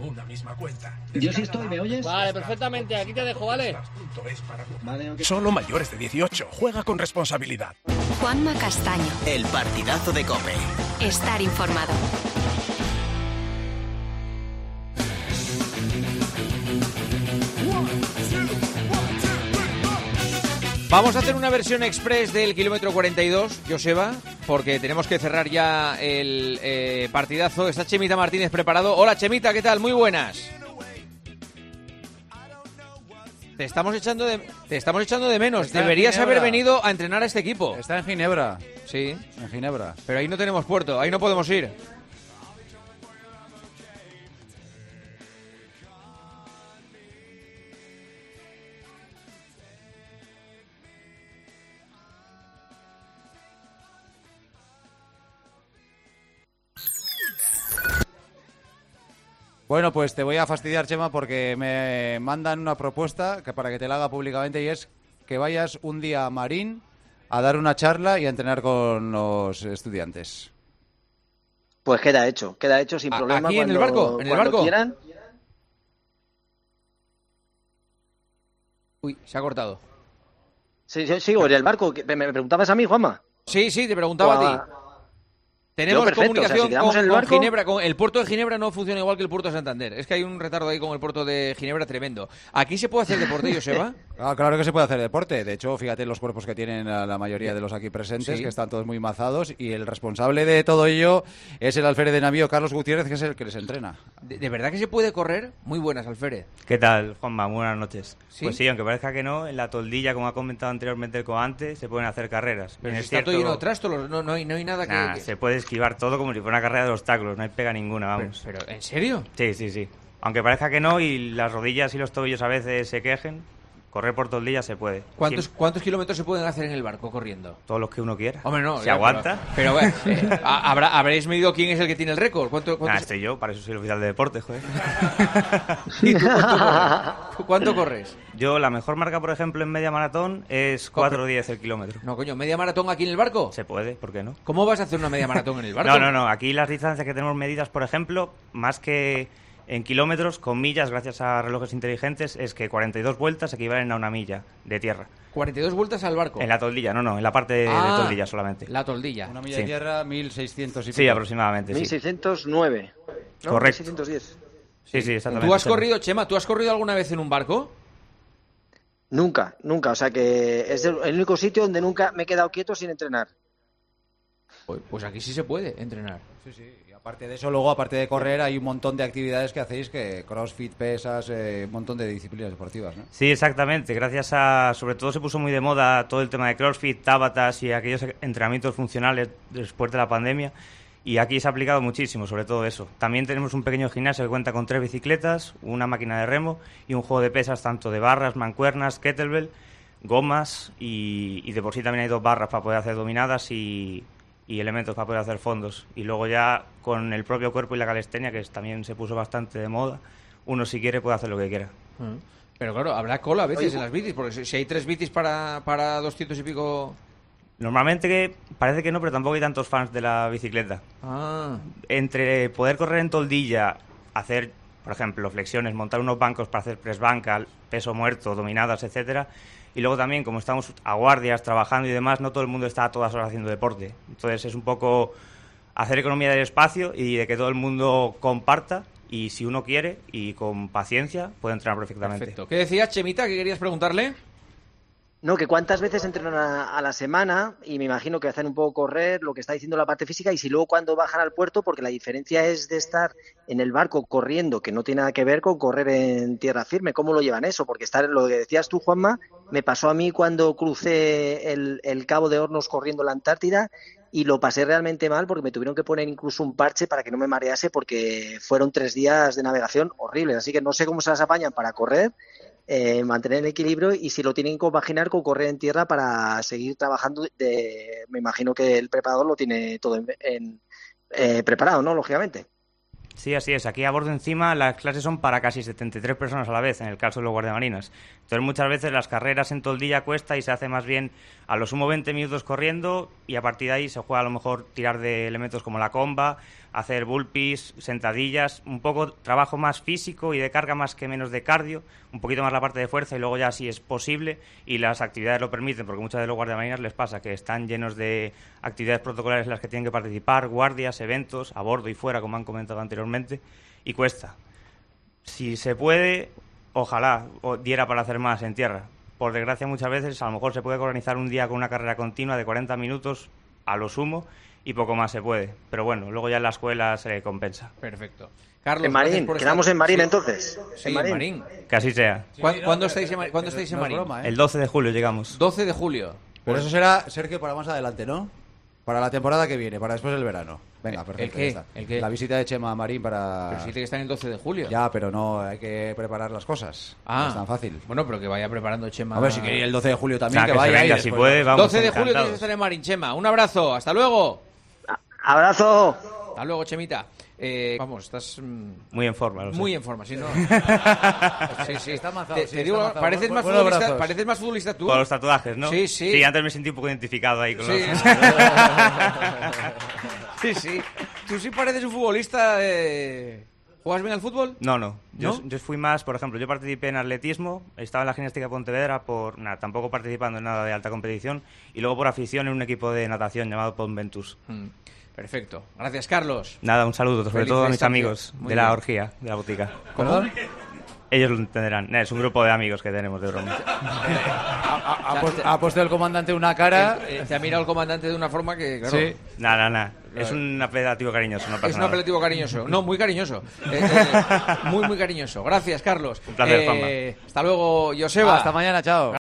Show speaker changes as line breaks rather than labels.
Una misma cuenta.
Yo sí estoy, ¿me oyes?
Vale, perfectamente, aquí te dejo, ¿vale?
Vale, ok.
Solo mayores de 18. Juega con responsabilidad.
Juanma Castaño.
El partidazo de Cope.
Estar informado.
Vamos a hacer una versión express del kilómetro 42, Joseba, porque tenemos que cerrar ya el eh, partidazo. Está Chemita Martínez preparado. Hola Chemita, ¿qué tal? Muy buenas. Te estamos echando de, te estamos echando de menos.
Está en
Deberías haber
Ginebra.
venido a entrenar a este equipo.
Está en Ginebra,
Sí,
en Ginebra.
pero ahí no tenemos puerto, ahí no podemos ir.
Bueno, pues te voy a fastidiar, Chema, porque me mandan una propuesta que para que te la haga públicamente y es que vayas un día a Marín a dar una charla y a entrenar con los estudiantes.
Pues queda hecho, queda hecho sin
A-
problema.
aquí en el
cuando-
barco, en el
cuando
barco.
quieran.
Uy, se ha cortado.
Sí, sí, sigo en el barco. que- ¿Me me preguntabas a mí, Juanma?
Sí, sí, te preguntaba a ti. Tenemos
Yo, perfecto, o sea,
comunicación
si quedamos
con,
en el
con
barco-
Ginebra. con- el puerto de Ginebra no funciona igual que el puerto de Santander. Es que hay un retardo ahí con el puerto de Ginebra tremendo. ¿Aquí se puede hacer deporte, Joseba?
Ah, claro que se puede hacer deporte. De hecho, fíjate los cuerpos que tienen a la mayoría de los aquí presentes,
Sí.
que están todos muy mazados. Y el responsable de todo ello es el alférez de navío Carlos Gutiérrez, que es el que les entrena.
¿De, de verdad que se puede correr? Muy buenas, Alférez.
¿Qué tal, Juanma? Buenas noches.
¿Sí?
Pues sí, aunque parezca que no, en la toldilla, como ha comentado anteriormente el coante, se pueden hacer carreras.
Pero
Bien,
si
es
está todo lleno de trástolos, no, no, hay, no hay nada que...
Nah,
que-
se puede esquivar todo como si fuera una carrera de obstáculos, no hay pega ninguna,
pero,
vamos.
pero, ¿en serio?
Sí, sí, sí. Aunque parezca que no y las rodillas y los tobillos a veces se quejen, correr por toldilla se puede.
¿Cuántos,
Siempre-
¿Cuántos kilómetros se pueden hacer en el barco corriendo?
todos los que uno quiera.
Hombre, no.
¿Se
ya,
aguanta?
Pero, pero, bueno, eh, ha- habrá- habréis medido quién es el que tiene el récord. ¿Cuánto,
Nah,
cuánto-
estoy yo, para eso soy el oficial de deportes, joder.
¿Y tú cuánto corres? ¿Cuánto corres?
Yo, la mejor marca, por ejemplo, en media maratón es 4.10 el kilómetro.
No, coño, ¿media maratón aquí en el barco?
Se puede, ¿por qué no?
¿Cómo vas a hacer una media maratón en el barco?
No, no, no. Aquí las distancias que tenemos medidas, por ejemplo, más que en kilómetros, con millas, gracias a relojes inteligentes, es que 42 vueltas equivalen a una milla de tierra.
42 vueltas al barco.
En la toldilla, no, no, en la parte de, de
Ah,
toldilla solamente.
La toldilla.
Una milla
Sí.
de tierra, 1600 y
Sí,
pico.
aproximadamente, sí.
1609. ¿no?
Correcto.
1610.
Sí, sí, exactamente.
¿Tú has
Chema.
corrido, Chema, tú has corrido alguna vez en un barco?
Nunca, nunca. O sea que es el el único sitio donde nunca me he quedado quieto sin entrenar.
Pues- Pues aquí sí se puede entrenar.
Sí, sí. Y aparte de eso, luego, aparte de correr, hay un montón de actividades que hacéis, que crossfit, pesas, eh, un montón de disciplinas deportivas, ¿no?
Sí, exactamente. Gracias a, sobre todo se puso muy de moda todo el tema de CrossFit, Tabatas y aquellos entrenamientos funcionales después de la pandemia. Y aquí se ha aplicado muchísimo, sobre todo eso. También tenemos un pequeño gimnasio que cuenta con tres bicicletas, una máquina de remo y un juego de pesas tanto de barras, mancuernas, kettlebell, gomas y, y de por sí también hay dos barras para poder hacer dominadas y, y elementos para poder hacer fondos. Y luego ya con el propio cuerpo y la calistenia, que es- también se puso bastante de moda, uno si quiere puede hacer lo que quiera.
Pero claro, habrá cola a veces
Oye,
en las bicis, porque si- si hay tres bicis para, para 200 y pico...
Normalmente que parece que no, pero tampoco hay tantos fans de la bicicleta.
Ah,
Entre poder correr en toldilla, hacer, por ejemplo, flexiones, montar unos bancos para hacer press banca, peso muerto, dominadas, etcétera, y luego también como estamos a guardias trabajando y demás, no todo el mundo está a todas horas haciendo deporte. Entonces es un poco hacer economía del espacio y de que todo el mundo comparta y si uno quiere y con paciencia puede entrenar perfectamente.
perfecto. ¿Qué decías, Chemita, que querías preguntarle?
No, que cuántas veces entrenan a, a la semana y me imagino que hacen un poco correr lo que está diciendo la parte física y si luego cuando bajan al puerto, porque la diferencia es de estar en el barco corriendo, que no tiene nada que ver con correr en tierra firme. ¿Cómo lo llevan eso? Porque estar, lo que decías tú, Juanma, me pasó a mí cuando crucé el, el Cabo de Hornos corriendo la Antártida y lo pasé realmente mal porque me tuvieron que poner incluso un parche para que no me marease porque fueron tres días de navegación horribles. Así que no sé cómo se las apañan para correr eh, mantener el equilibrio y si lo tienen que compaginar con correr en tierra para seguir trabajando. De, me imagino que el preparador lo tiene todo en, en- eh, preparado, ¿no? Lógicamente.
Sí, así es. Aquí a bordo encima las clases son para casi 73 personas a la vez, en el caso de los guardiamarinas. Entonces muchas veces las carreras en toldilla cuesta y se hace más bien a lo sumo 20 minutos corriendo y a partir de ahí se juega a lo mejor tirar de elementos como la comba, hacer burpees, sentadillas, un poco trabajo más físico y de carga más que menos de cardio, un poquito más la parte de fuerza y luego ya si es posible y las actividades lo permiten, porque muchas de los guardiamarinas les pasa que están llenos de actividades protocolares en las que tienen que participar, guardias, eventos, a bordo y fuera, como han comentado anteriormente, y cuesta. Si se puede, ojalá o- diera para hacer más en tierra. Por desgracia, muchas veces a lo mejor se puede organizar un día con una carrera continua de 40 minutos a lo sumo y poco más se puede. Pero bueno, luego ya en la escuela se compensa.
Perfecto. Carlos,
En
gracias
Marín,
por
quedamos
estar-
en Marín
Sí,
entonces.
Sí, en Marín.
Que así sea.
¿Cuán- ¿Cuándo estáis en Marín? ¿Cuándo estáis en
No es
Marín?
broma, ¿eh?
El 12 de julio llegamos.
12 de julio.
Pero eso será, Sergio, para más adelante, ¿no? Para la temporada que viene, para después del verano. Venga,
¿El- el
perfecto.
qué?
ya está.
¿El qué?
La visita de Chema a Marín para...
Pero sí que están el 12 de julio.
Ah.
Ah.
Ya, pero no, hay que preparar las cosas. No es tan fácil.
Bueno, pero que vaya preparando Chema.
A ver, si quería el 12 de julio
O
también,
sea,
que,
que se
vaya. y
venga, si
después-
puede, vamos.
12 pues, de julio tienes que
encantados.
estar en Marín, Chema. Un abrazo. Hasta luego.
Abrazo.
Hasta luego, Chemita. Eh, vamos, estás mm,
Muy en forma. lo sé.
muy en forma, si no. Sí, sí,
Está avanzado,
Te, te
sí, está
digo,
avanzado.
pareces
Bu-
más,
buenos
futbolista,
brazos.
pareces más futbolista tú.
Con los tatuajes, ¿no?
Sí, sí.
Sí, antes me sentí un poco identificado ahí con
Sí.
los...
sí, sí. Tú sí pareces un futbolista. eh, ¿Juegas bien al fútbol?
No, no. Yo,
¿No?
yo fui más, por ejemplo, yo participé en atletismo, estaba en la gimnástica Pontevedra, por nada, tampoco participando en nada de alta competición, y luego por afición en un equipo de natación llamado Ponventus.
Mm, Perfecto. Gracias, Carlos.
Nada, un saludo, sobre
Feliz
todo a
de
mis
estancia.
amigos
Muy
de la
bien.
orgía, de la botica.
¿Perdón?
Ellos lo entenderán. Nah, Es un grupo de amigos que tenemos de broma.
Ha, ha puesto- ha puesto el comandante una cara...
Eh, te ha mirado el comandante de una forma que, claro.
Sí.
Nada, nada. Es un apelativo cariñoso, no pasa
Es un
nada.
apelativo cariñoso. No, muy cariñoso. Eh, eh, muy, muy cariñoso. Gracias, Carlos.
placer,
Eh, Hasta luego, Joseba.
Ah, Hasta mañana, chao.